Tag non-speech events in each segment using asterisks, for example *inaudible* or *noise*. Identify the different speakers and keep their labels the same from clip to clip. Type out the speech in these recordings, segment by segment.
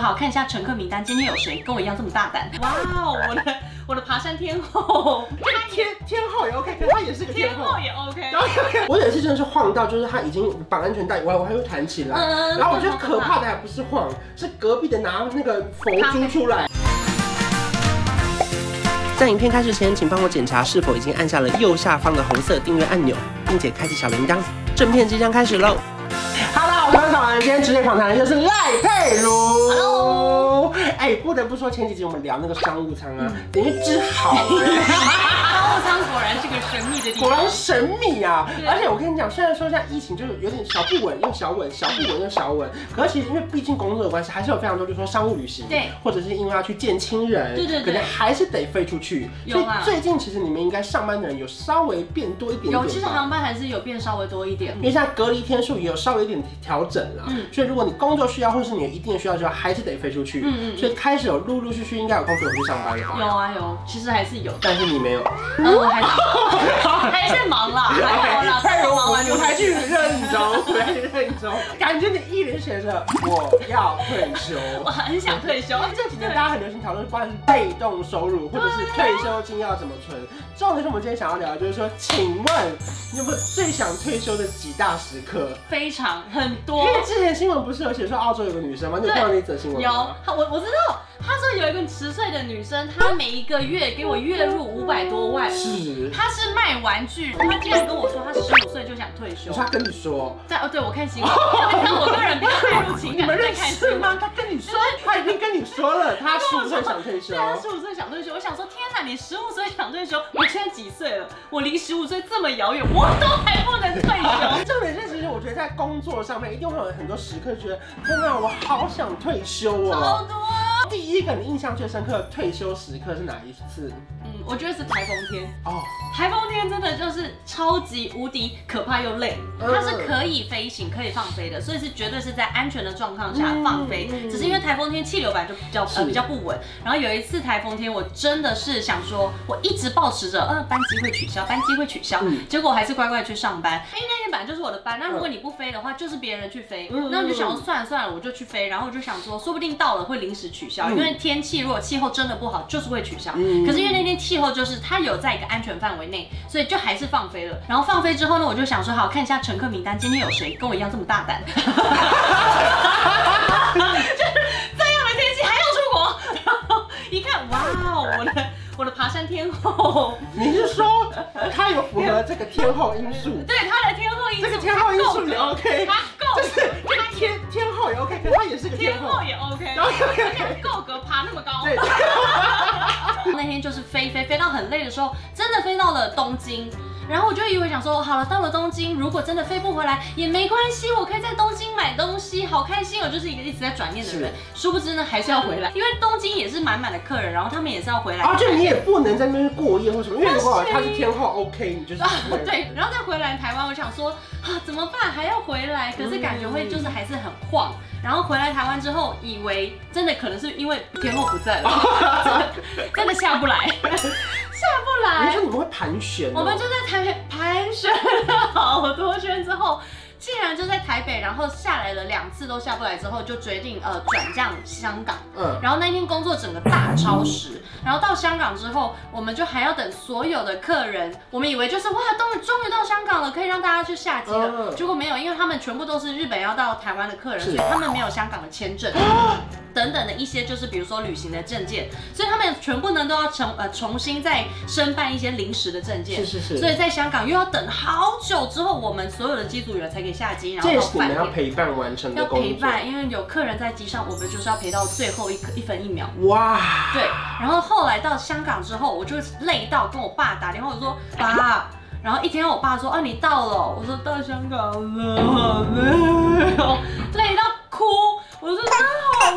Speaker 1: 好，看一下乘客名单，今天有谁跟我一样这么大胆？哇哦，我的我的爬山天后，
Speaker 2: 天天后也 OK，可是他也是个天
Speaker 1: 天
Speaker 2: 后 *laughs*
Speaker 1: 后。也 OK。
Speaker 2: 我有一次真的是晃到，就是他已经绑安全带以外，我还会弹起来。
Speaker 1: 嗯
Speaker 2: 然后我觉得可怕的还不是晃，是隔壁的拿那个佛珠出
Speaker 1: *laughs*
Speaker 2: 来。在影片开始前，请帮我检查是否已经按下了右下方的红色订阅按钮，并且开启小铃铛。正片即将开始喽！Hello，我们访今天职业访谈的就是赖佩如。Hello，哎、不得不说前几集我们聊那个商务舱
Speaker 1: 嗯
Speaker 2: 啊，等于之好、
Speaker 1: *laughs*
Speaker 2: 哎
Speaker 1: 高仓果然是个神秘的地
Speaker 2: 果
Speaker 1: 方
Speaker 2: 然。神秘啊！
Speaker 1: 对
Speaker 2: 而且我跟你讲，虽然说现在疫情就是有点小不稳又小稳，小不稳又小稳，可是其实因为毕竟工作的关系，还是有非常多，就是说商务旅行，
Speaker 1: 对，
Speaker 2: 或者是因为要去见亲人，
Speaker 1: 对对对
Speaker 2: 可能还是得飞出去。
Speaker 1: 有
Speaker 2: 所以
Speaker 1: 啦
Speaker 2: 最近其实你们应该上班的人有稍微变多一点点吧，
Speaker 1: 有，其嗯实航班还是有变稍微多一点
Speaker 2: 因。为现在隔离天数也有稍微有点调整了，
Speaker 1: 嗯
Speaker 2: 所以如果你工作需要或是你有一定的需要之后，还是得飞出去。
Speaker 1: 嗯嗯嗯
Speaker 2: 所以开始有陆陆续续应该有空可以回去上班了吧？
Speaker 1: 有啊有，其实还是有，
Speaker 2: 但是你没有。
Speaker 1: 嗯，我还是还是忙啦，还好啦， *laughs*
Speaker 2: 太容
Speaker 1: 忙
Speaker 2: 我
Speaker 1: 完就
Speaker 2: 我还去认真，我还去认真，感觉你一脸写着我要退休。
Speaker 1: 我很想退休，
Speaker 2: 这几年大家很流行讨论，不管是被动收入或者是退休金要怎么存。重点是我们今天想要聊的就是说，请问你有没有最想退休的几大时刻？
Speaker 1: 非常很
Speaker 2: 因
Speaker 1: *laughs* 多。
Speaker 2: 为之前新闻不是有写说澳洲有个女生吗？你有看到那则新闻
Speaker 1: 有，
Speaker 2: 吗？
Speaker 1: 她我我知道，他说有一个十岁的女生，她每一个月给我月入五百多万，
Speaker 2: 是，
Speaker 1: 她是卖玩具，她竟然跟我说她十五岁就想退休
Speaker 2: 我说。他跟你说，
Speaker 1: 在哦，对我
Speaker 2: *laughs*
Speaker 1: 看新闻，你看我个人比较带入情
Speaker 2: 你
Speaker 1: 感，
Speaker 2: 们
Speaker 1: 在
Speaker 2: 认
Speaker 1: 看
Speaker 2: 识
Speaker 1: 新闻。
Speaker 2: 吗？他跟你说，他已经跟你说了，他是不是想退休
Speaker 1: 对？啊，十五岁想退休，我想说，天哪，你十五岁想退休，我现在几岁了？我离十五岁这么遥远，我都还不能退休。
Speaker 2: *laughs* 重点是，其实我觉得在工作上面一定会有很多时刻觉得，天哪，我好想退休
Speaker 1: 好
Speaker 2: 哦。
Speaker 1: 多，
Speaker 2: 第一个你印象最深刻的退休时刻是哪一次？
Speaker 1: 嗯，我觉得是台风天，
Speaker 2: 哦，
Speaker 1: 台风天真的就是超级无敌可怕又累，
Speaker 2: 嗯
Speaker 1: 它是可以飞行、可以放飞的，所以是绝对是在安全的状况下
Speaker 2: 嗯
Speaker 1: 放飞。
Speaker 2: 嗯
Speaker 1: 只是因为台风天气流本来就比较
Speaker 2: 是
Speaker 1: 呃比较不稳，然后有一次台风天，我真的是想说，我一直抱持着，呃，班机会取消，班机会取消，
Speaker 2: 嗯
Speaker 1: 结果我还是乖乖去上班，因为那天本来就是我的班，那如果你不飞的话，就是别人去飞，
Speaker 2: 嗯
Speaker 1: 那我就想说算了算了，我就去飞，然后我就想说，说不定到了会临时取消，
Speaker 2: 嗯
Speaker 1: 因为天气如果气候真的不好，就是会取消。
Speaker 2: 嗯
Speaker 1: 可是因为那天气候就是它有在一个安全范围内，所以就还是放飞了。然后放飞之后呢，我就想说好看一下乘客名单，今天有谁跟我一样这么大胆？ *laughs* 就是这样的天气还要出国，然后一看，哇哦，我的我的爬山天后，
Speaker 2: 你是说他有符合这个天后因素？
Speaker 1: 对他的天后因素，
Speaker 2: 这个天后因素也
Speaker 1: 他够格
Speaker 2: OK，
Speaker 1: 他够格，
Speaker 2: 就是这个天天后也 OK，可是他也是个天
Speaker 1: 天
Speaker 2: 后
Speaker 1: 后。也 OK，
Speaker 2: *laughs* 然后
Speaker 1: 而且够格爬那么高。
Speaker 2: 对，
Speaker 1: *laughs* 那天就是飞飞飞到很累的时候，真的飞到了东京。然后我就以为想说，好了，到了东京，如果真的飞不回来也没关系，我可以在东京买东西，好开心哦！就是一个一直在转念的人，殊不知呢还是要回 *laughs* 来，因为东京也是满满的客人，然后他们也是要回来。
Speaker 2: 然后就你也不能在那边过夜或什么，因为如果
Speaker 1: 那是
Speaker 2: 他是天后 OK，你就是
Speaker 1: 啊，
Speaker 2: 不能。
Speaker 1: 对， *laughs* 然后再回来台湾，我想说啊，怎么办？还要回来，可是感觉会就是还是很晃。然后回来台湾之后，以为真的可能是因为天后不在 *laughs* 了，真的真的下不来， *laughs* 下不
Speaker 2: 你
Speaker 1: 来
Speaker 2: 说。你们会盘旋哦？
Speaker 1: 哎我们就在台北盘旋了好多圈之后，竟然就在台北，然后下来了两次都下不来之后，就决定呃转降香港。
Speaker 2: 嗯，
Speaker 1: 然后那天工作整个大超时，然后到香港之后，我们就还要等所有的客人，我们以为就是哇，终于终于到香港了，可以让大家去下机了，
Speaker 2: 嗯
Speaker 1: 结果没有，因为他们全部都是日本要到台湾的客人，
Speaker 2: 是啊
Speaker 1: 所以他们没有香港的签证。等等的一些就是比如说旅行的证件，所以他们全部呢都要重呃重新再申办一些临时的证件
Speaker 2: 是，是是。
Speaker 1: 所以在香港又要等好久之后，我们所有的机组员才可以下机，然
Speaker 2: 这
Speaker 1: 后
Speaker 2: 也
Speaker 1: 到
Speaker 2: 是你
Speaker 1: 饭
Speaker 2: 们要
Speaker 1: 店。
Speaker 2: 陪伴完成的
Speaker 1: 要
Speaker 2: 工作。
Speaker 1: 陪伴，因为有客人在机上，我们就是要陪到最后一刻一分一秒。
Speaker 2: 哇，
Speaker 1: 对，
Speaker 2: 啊
Speaker 1: 然后后来到香港之后，我就累到跟我爸打电话，我说爸，然后一天我爸说啊你到了哦，我说到香港了，好累哦，累到哭，我说真的好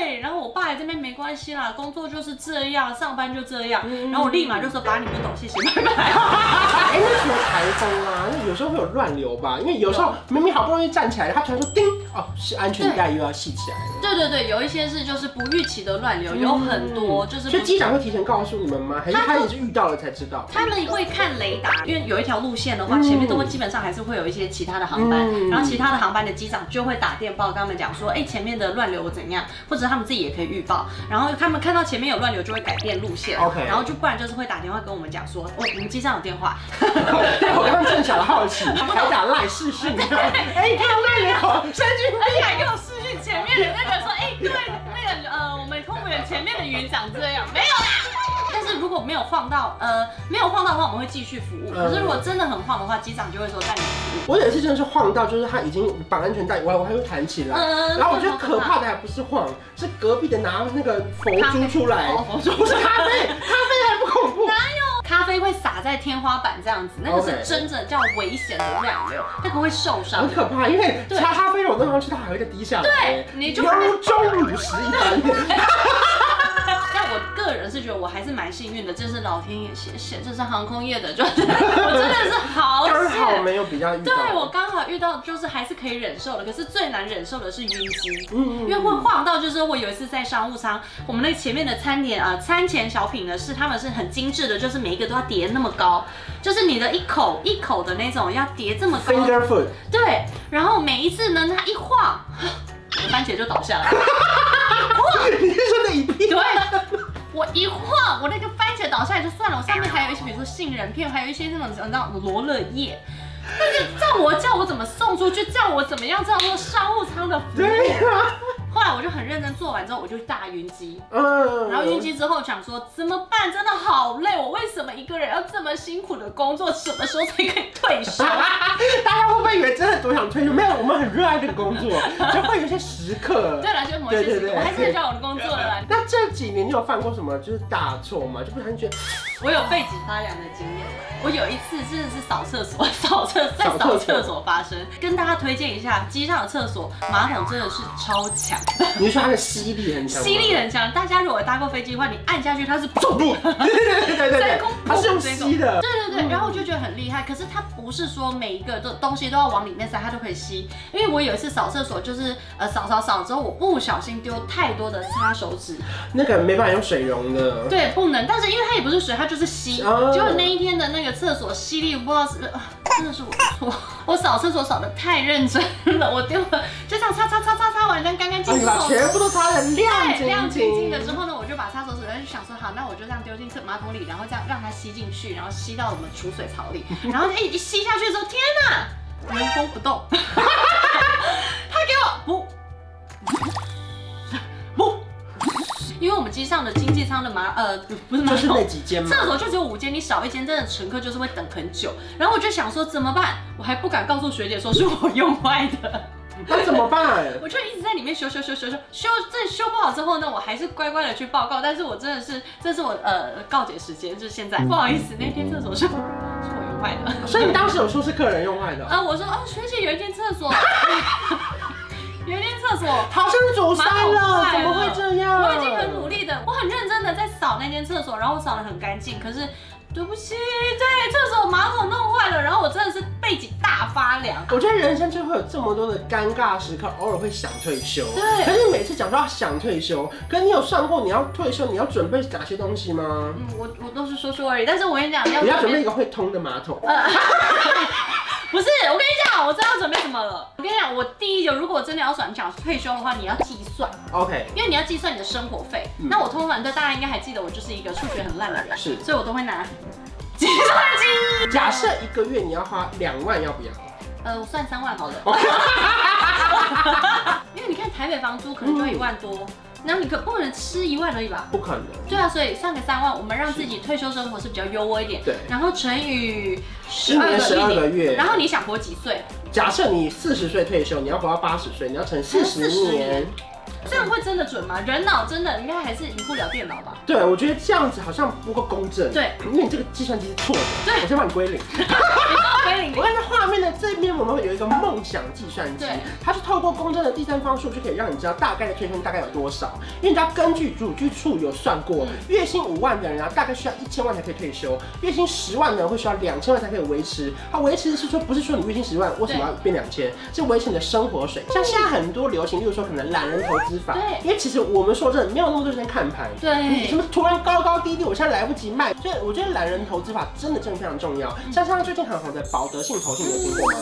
Speaker 1: 累，然后我爸也这边没关系啦，工作就是这样，上班就这样，
Speaker 2: 嗯
Speaker 1: 然后我立马就说爸你不懂，谢谢，拜拜。
Speaker 2: 哎，那除了台风啊，那有时候会有乱流吧？因为有时候明明好不容易站起来，他突然说叮，哦，是安全带又要系起来了。
Speaker 1: 对对对，有一些是就是不预期的乱
Speaker 2: 嗯
Speaker 1: 流，有很多就是
Speaker 2: 所以
Speaker 1: 不
Speaker 2: 机长会提前告诉你们吗？还是他也是遇到了才知道？
Speaker 1: 他们会看雷达，因为有一条路线的话，
Speaker 2: 嗯
Speaker 1: 前面都会基本上还是会有一些其他的航班，
Speaker 2: 嗯
Speaker 1: 然后其他的航班的机长就会打电报跟他们讲说，哎、前面的乱流怎样，或者他们自己也可以预报，然后他们看到前面有乱流就会改变路线
Speaker 2: OK
Speaker 1: 然后就不然就是会打电话跟我们讲说，哦，我们机上有电话，
Speaker 2: *laughs* 对，我刚刚正想
Speaker 1: *laughs*
Speaker 2: 好奇，还打赖试试你看，哎，你看赖流，三军
Speaker 1: 而且还给我视讯前面的那个说，哎、对，那个呃，我们空服员前面的云长这样，没有啦。但是如果没有晃到，呃，没有晃到的话，我们会继续服务。可是如果
Speaker 2: 嗯
Speaker 1: 真的很晃的话，机长就会说暂停服务。
Speaker 2: 我有一次真的是晃到，就是他已经绑安全带以外，我还会弹起来。
Speaker 1: 嗯
Speaker 2: 然后我觉得可怕的还不是晃，是隔壁的拿那个佛珠出来，
Speaker 1: 哦佛珠
Speaker 2: 不是
Speaker 1: *laughs*
Speaker 2: 咖啡，咖啡还不恐怖。
Speaker 1: 咖啡会洒在天花板这样子，那个
Speaker 2: OK
Speaker 1: 是真的叫危险的乱流，那个会受伤
Speaker 2: 很。可怕，因为
Speaker 1: 对
Speaker 2: 擦咖啡我弄上去，它还会再滴下来。哎
Speaker 1: 对你就
Speaker 2: 犹如钟乳石一般。
Speaker 1: 但我个人是觉得我还是蛮幸运的，这是老天爷谢谢，这是航空业的，就是 *laughs* 我真的是好
Speaker 2: 刚好
Speaker 1: 险。
Speaker 2: 没有比较遇到。
Speaker 1: 对我刚好遇到，就是还是可以忍受的，可是最难忍受的是晕机。
Speaker 2: 嗯，
Speaker 1: 因
Speaker 2: 嗯
Speaker 1: 为会晃到，就是我有一次在商务舱，我们那前面的餐点啊、呃餐前小品呢是他们是很精致的，就是每一个都要叠那么高，就是你的一口一口的那种要叠这么高
Speaker 2: finger food，
Speaker 1: 对，然后每一次呢，它一晃， *laughs* 我的番茄就倒下来了。
Speaker 2: 你是说那一
Speaker 1: *laughs*
Speaker 2: 片？
Speaker 1: 对，我一晃，我那个番茄倒下来就算了，我上面还有一些，比如说杏仁片，还有一些那种你知道罗勒叶。那个叫我叫我怎么送出去，叫我怎么样，叫做商务舱的服
Speaker 2: 对啊
Speaker 1: 务。
Speaker 2: 呀，
Speaker 1: 后来我就很认真做完之后，我就大晕机。
Speaker 2: 嗯
Speaker 1: 然后晕。机之后想说怎么办，真的好累，我为什么一个人要这么辛苦的工作，什么时候才可以退
Speaker 2: *laughs*
Speaker 1: 休？
Speaker 2: 大家会不会以为真的多想退休？没有，我们很热爱这个工作，就会有一些时
Speaker 1: *laughs*
Speaker 2: 刻。
Speaker 1: 对了，就某些
Speaker 2: 对对
Speaker 1: 事情，
Speaker 2: 对
Speaker 1: 我还是很喜欢我的工作的啦。
Speaker 2: 那这几年你有犯过什么就是大错吗？就不小心觉得
Speaker 1: 我有背脊发凉的经验。我有一次真的是扫厕所，扫厕在
Speaker 2: 扫厕
Speaker 1: 扫
Speaker 2: 所
Speaker 1: 厕所发生。跟大家推荐一下，机上的厕所马桶真的是超强，
Speaker 2: 你说它的吸力很强吗，
Speaker 1: 吸力很强。大家如果搭过飞机的话，你按下去它是
Speaker 2: 重
Speaker 1: 砰。
Speaker 2: 不？对对对对对
Speaker 1: 在 *laughs*
Speaker 2: 对
Speaker 1: 公，
Speaker 2: 它是用吸的。
Speaker 1: 对对对，然后我就觉得很厉害，可是它不是说每一个都东西都要往里面塞，它都可以吸。因为我有一次扫厕所，就是呃扫扫扫之后，我不小心丢太多的擦手纸，
Speaker 2: 那个没办法用水溶的。
Speaker 1: 对，不能。但是因为它也不是水，它就是吸。
Speaker 2: 哦
Speaker 1: 结果那一天的那个厕所吸力，不知道是、啊真的是我的错，我扫厕所扫的太认真了，我丢了，就这样擦擦擦擦擦完，但干干净
Speaker 2: 哦，你
Speaker 1: 净。
Speaker 2: 把全部都擦的亮
Speaker 1: 对，亮
Speaker 2: 晶
Speaker 1: 晶晶
Speaker 2: 晶
Speaker 1: 的之后呢，我就把擦手纸，然后就想说好，那我就这样丢进厕马桶里，然后这样让它吸进去，然后吸到我们储水槽
Speaker 2: *laughs*
Speaker 1: 里，然后哎、一吸下去之后，天哪，原封不动，
Speaker 2: *laughs*
Speaker 1: 他给我不不，因为我们机上的经济舱的马呃不是马
Speaker 2: 就是那
Speaker 1: 桶。
Speaker 2: 几间嘛。
Speaker 1: 厕所就只有五间，你少一间，真的乘客就是会等很久。然后我就想说怎么办，我还不敢告诉学姐说是我用坏的。
Speaker 2: 那怎么办？
Speaker 1: 我就一直在里面修修修修修修，这修不好之后呢，我还是乖乖的去报告。但是我真的是，这是我呃告解时间，就是现在，不好意思，那天厕所是是我用坏的。
Speaker 2: 所以你当时有说是客人用坏的，
Speaker 1: 啊，我说哦，学姐有一间厕所，有一间厕所，
Speaker 2: 好像阻塞了，
Speaker 1: 马桶坏了
Speaker 2: 怎么会这样？
Speaker 1: 我已经很努。力的，我很认真的在扫那间厕所，然后我扫的很干净，可是。对不起，对厕所马桶弄坏了，然后我真的是背脊大发凉。
Speaker 2: 我觉得人生就会有这么多的尴尬时刻，偶尔会想退休。
Speaker 1: 对
Speaker 2: 可是每次讲到想退休，可是你有算过你要退休你要准备哪些东西吗？
Speaker 1: 嗯，我我都是说说而已，但是我跟你讲，你
Speaker 2: 你要
Speaker 1: 准备
Speaker 2: 准备呃一个会通的马桶。
Speaker 1: 不是，我跟你讲，我知道准备什么了。我跟你讲，我第一就如果真的要算，你想退休的话，你要计算，
Speaker 2: OK，
Speaker 1: 因为你要计算你的生活费。
Speaker 2: 嗯
Speaker 1: 那我通常，大家应该还记得，我就是一个数学很烂的人，
Speaker 2: 是
Speaker 1: 所以我都会拿计算机。
Speaker 2: 假设一个月你要花两万，要不 *laughs* 要？
Speaker 1: 呃，我算三万好了，
Speaker 2: OK
Speaker 1: 因为你看台北房租可能就一万多，然后你可不能吃一万而已吧？
Speaker 2: 不可能。
Speaker 1: 对啊，所以算个三万，我们让自己退休生活是比较优渥一点。
Speaker 2: 对
Speaker 1: 然后乘以十
Speaker 2: 一
Speaker 1: 二
Speaker 2: 年十二
Speaker 1: 个
Speaker 2: 个
Speaker 1: 一年，
Speaker 2: 月，
Speaker 1: 然后你想活几岁？
Speaker 2: 假设你四十岁退休，你要活到八十岁，你要乘四十
Speaker 1: 40
Speaker 2: 年，
Speaker 1: 这样会真的准吗？人脑真的应该还是赢不了电脑吧？
Speaker 2: 对，我觉得这样子好像不够公正。
Speaker 1: 对，
Speaker 2: 因为你这个计算机是错的。
Speaker 1: 对
Speaker 2: 我先帮你归零。
Speaker 1: 你知道归零
Speaker 2: 我看到画面的这边，我们会有一个梦想计算机
Speaker 1: 对，
Speaker 2: 它是透过公正的第三方数据，可以让你知道大概的退休金大概有多少。因为你知道，根据主居处有算
Speaker 1: 嗯
Speaker 2: 过，月薪五万的人啊，大概需要一千万才可以退休；月薪十万的人会需要两千万才可以维持。它维持的是说，不是说你月薪十万为什么要变两千，是维持你的生活水平。像现在很多流行，例如说可能懒人投资法，
Speaker 1: 对
Speaker 2: 因为其实我们说真的没有那么多时间看盘，
Speaker 1: 对
Speaker 2: 什么突然高高低低，我现在来不及卖，所以我觉得懒人投资法真的真的非常重要。
Speaker 1: 嗯
Speaker 2: 像像最近很红的保德信投信，你有听过吗？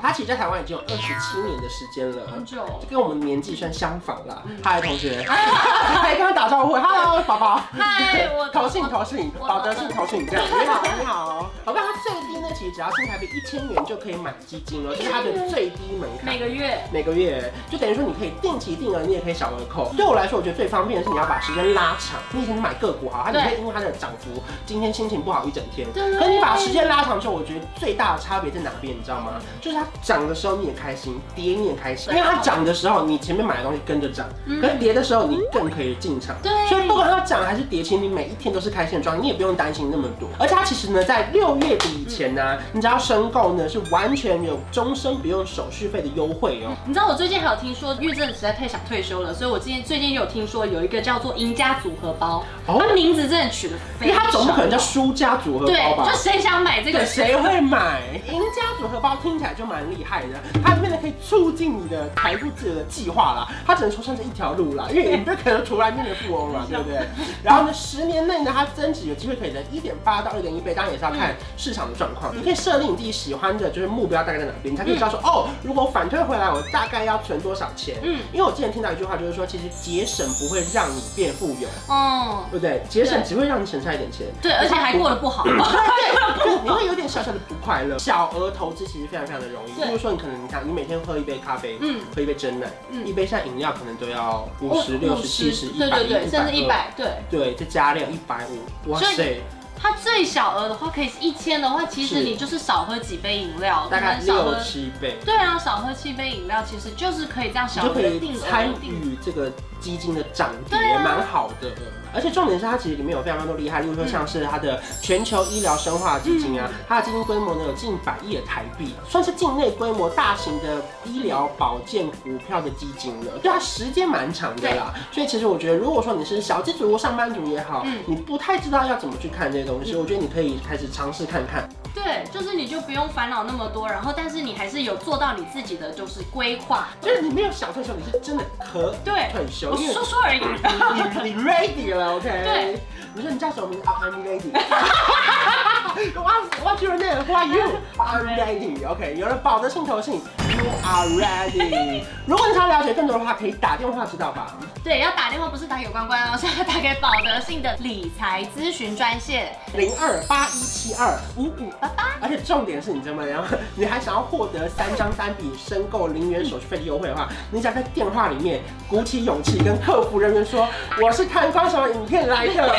Speaker 2: 它其实在台湾已经有二十七年的时间了，
Speaker 1: 很久。哎
Speaker 2: 跟我们年纪算相仿啦。
Speaker 1: 嗯
Speaker 2: 嗨，同学，还跟他打招呼，Hello，宝宝。
Speaker 1: 嗨，我
Speaker 2: *laughs* 投信投信，
Speaker 1: 我
Speaker 2: 保德信投信，这样你好你好。我看它最低呢，其实只要新台币一千元就可以买基金了，这是它的最低门槛
Speaker 1: 每。个月
Speaker 2: 每个月，就等于说你可以定期定额，你也可以小额扣。对我来说，我觉得最方便的是你要把时间拉长。你以前去买个股好，它你
Speaker 1: 对
Speaker 2: 可以因为它的涨幅，今天心情不好一整天。
Speaker 1: 对
Speaker 2: 可是你把时间拉长之后，我觉得最大的差别在哪边，你知道吗？就是它涨的时候你也开心，跌你也开心，因为它涨的时候你前面买的东西跟着涨，
Speaker 1: 嗯
Speaker 2: 可是跌的时候你更可以进场。
Speaker 1: 对
Speaker 2: 所以不管它涨还是跌，其实你每一天都是开心的状态，你也不用担心那么多。而且它其实呢，在六月底以前呢、
Speaker 1: 嗯
Speaker 2: 你只要申购呢，是完全有终身不用手续费的优惠哦、
Speaker 1: 你知道我最近还有听说，因为真的实在太想退休了，所以我最近最近有听说有一个叫做赢家组合包，
Speaker 2: 哦
Speaker 1: 它名字真的取得
Speaker 2: 因
Speaker 1: 非
Speaker 2: 为
Speaker 1: 常，
Speaker 2: 它总不可能叫输家组合包
Speaker 1: 对，
Speaker 2: 吧
Speaker 1: 就？谁想买这
Speaker 2: 对，
Speaker 1: 个？
Speaker 2: 谁会买？赢家组合包听起来就蛮厉害的，它变得可以促进你的财富自由的计划啦。它只能说算是一条路啦，因为你不可能突然变成富翁嘛，对不对？然后呢，十年内呢，它增值有机会可以能一点八到二点一倍，当然也是要看市场的状况。你可以设定你自己喜欢的，就是目标大概在哪边，你才可以知道说，哦，如果反推回来，我大概要存多少钱？
Speaker 1: 嗯
Speaker 2: 因为我之前听到一句话，就是说，其实节省不会让你变富有，
Speaker 1: 嗯，
Speaker 2: 对不对？节省
Speaker 1: 对
Speaker 2: 只会让你省下一点钱。
Speaker 1: 对，而且还过得不 *laughs* 好。
Speaker 2: 对，就是你会有点小小的不快
Speaker 1: *laughs*
Speaker 2: 乐。小额投资其实非常非常的容易，
Speaker 1: 对
Speaker 2: 比如说你可能你看，你每天喝一杯咖啡，
Speaker 1: 嗯
Speaker 2: 喝一杯真奶，
Speaker 1: 嗯
Speaker 2: 一杯像饮料可能都要五十、六十、七十、一
Speaker 1: 对
Speaker 2: 百、
Speaker 1: 对对，甚至一，百，对。
Speaker 2: 对，再加量一百五，哇
Speaker 1: 所
Speaker 2: 塞，
Speaker 1: 它最小额的话可以是一千的话，其
Speaker 2: 是
Speaker 1: 实你就是少喝几杯饮料，
Speaker 2: 大概
Speaker 1: 可能少
Speaker 2: 六
Speaker 1: 喝。
Speaker 2: 七杯，
Speaker 1: 对啊，少喝七杯饮料，其实就是可以这样
Speaker 2: 你
Speaker 1: 小
Speaker 2: 就
Speaker 1: 额
Speaker 2: 可
Speaker 1: 的
Speaker 2: 以
Speaker 1: 定额
Speaker 2: 参
Speaker 1: 定。
Speaker 2: 与这个基金的涨跌，
Speaker 1: 对啊
Speaker 2: 蛮好的。而且重点是它其实里面有非常非常多厉害，例如
Speaker 1: 嗯
Speaker 2: 说像是它的全球医疗生化基金啊，它的基金规模呢有近百亿的台币，算是境内规模大型的医疗保健股票的基金了。对它啊时间蛮长的啦，所以其实我觉得，如果说你是小资族、上班族也好
Speaker 1: 嗯，
Speaker 2: 你不太知道要怎么去看这些东西，我觉得你可以开始尝试看看。
Speaker 1: 对，就是你就不用烦恼那么多，然后但是你还是有做到你自己的就是规划。
Speaker 2: 就是你没有想退休，你是真的可
Speaker 1: 对，
Speaker 2: 退休，
Speaker 1: 我
Speaker 2: 因为
Speaker 1: 说说而已。 *laughs*
Speaker 2: 你你 ready 了，OK？
Speaker 1: 对。
Speaker 2: 你说你叫什么名字啊？I'm ready。What What's your name? Who are you? I'm ready. OK，有了保德信投信，You are ready。如果你想要了解更多的话，可以打电话知道吧。
Speaker 1: 对，要打电话不是打给关关哦，是要打给保德信的理财咨询专线。
Speaker 2: 零二八一七二五五
Speaker 1: 八八。
Speaker 2: 而且重点是你知道吗？然后你还想要获得三张单笔申购零元手续费的优惠的话，你想在电话里面鼓起勇气跟客服人员说我是看观赏影片来的，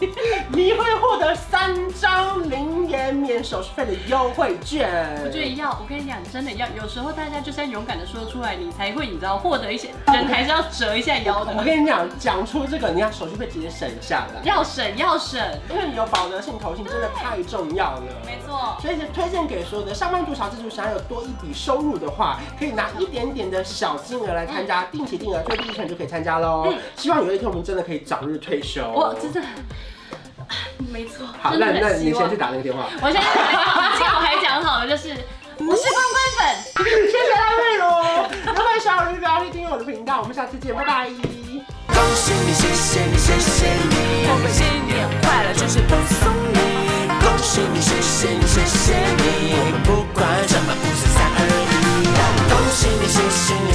Speaker 2: *laughs* 你会获得三张零元免手续费的优惠券。
Speaker 1: 我觉得要，我跟你讲，真的要。有时候大家就是要勇敢的说出来，你才会，你知道，获得一些人还是要折一下腰
Speaker 2: *laughs* 我
Speaker 1: 的，
Speaker 2: 跟你讲，讲出这个，你看手续费直接省下来，
Speaker 1: 要省要省。
Speaker 2: 因为你有保德信投信真的太重要了。
Speaker 1: 没错，
Speaker 2: 所以推荐给所有的上班族、小资族，想要有多一笔收入的话，可以拿一点点的小金额来参加，定期定额最低一千就可以参加喽。
Speaker 1: 嗯
Speaker 2: 希望有一天我们真的可以早日退休。
Speaker 1: 我真的，没错，
Speaker 2: 好，
Speaker 1: 真的
Speaker 2: 那
Speaker 1: 很
Speaker 2: 那你
Speaker 1: 希望
Speaker 2: 先去。打那个电话。 *laughs*
Speaker 1: 我先去打电话，而且我还讲好了，就是我是关关粉。
Speaker 2: 谢哦谢赖佩如，如果喜欢我的频道，记得订阅我的频道，我们下次见，拜拜。
Speaker 3: 恭喜你，谢谢你，谢谢你，我们新年快乐，就是恭送你。恭喜你，谢谢你，谢谢你，我们不管什么，五四三二一。恭喜你，谢谢你，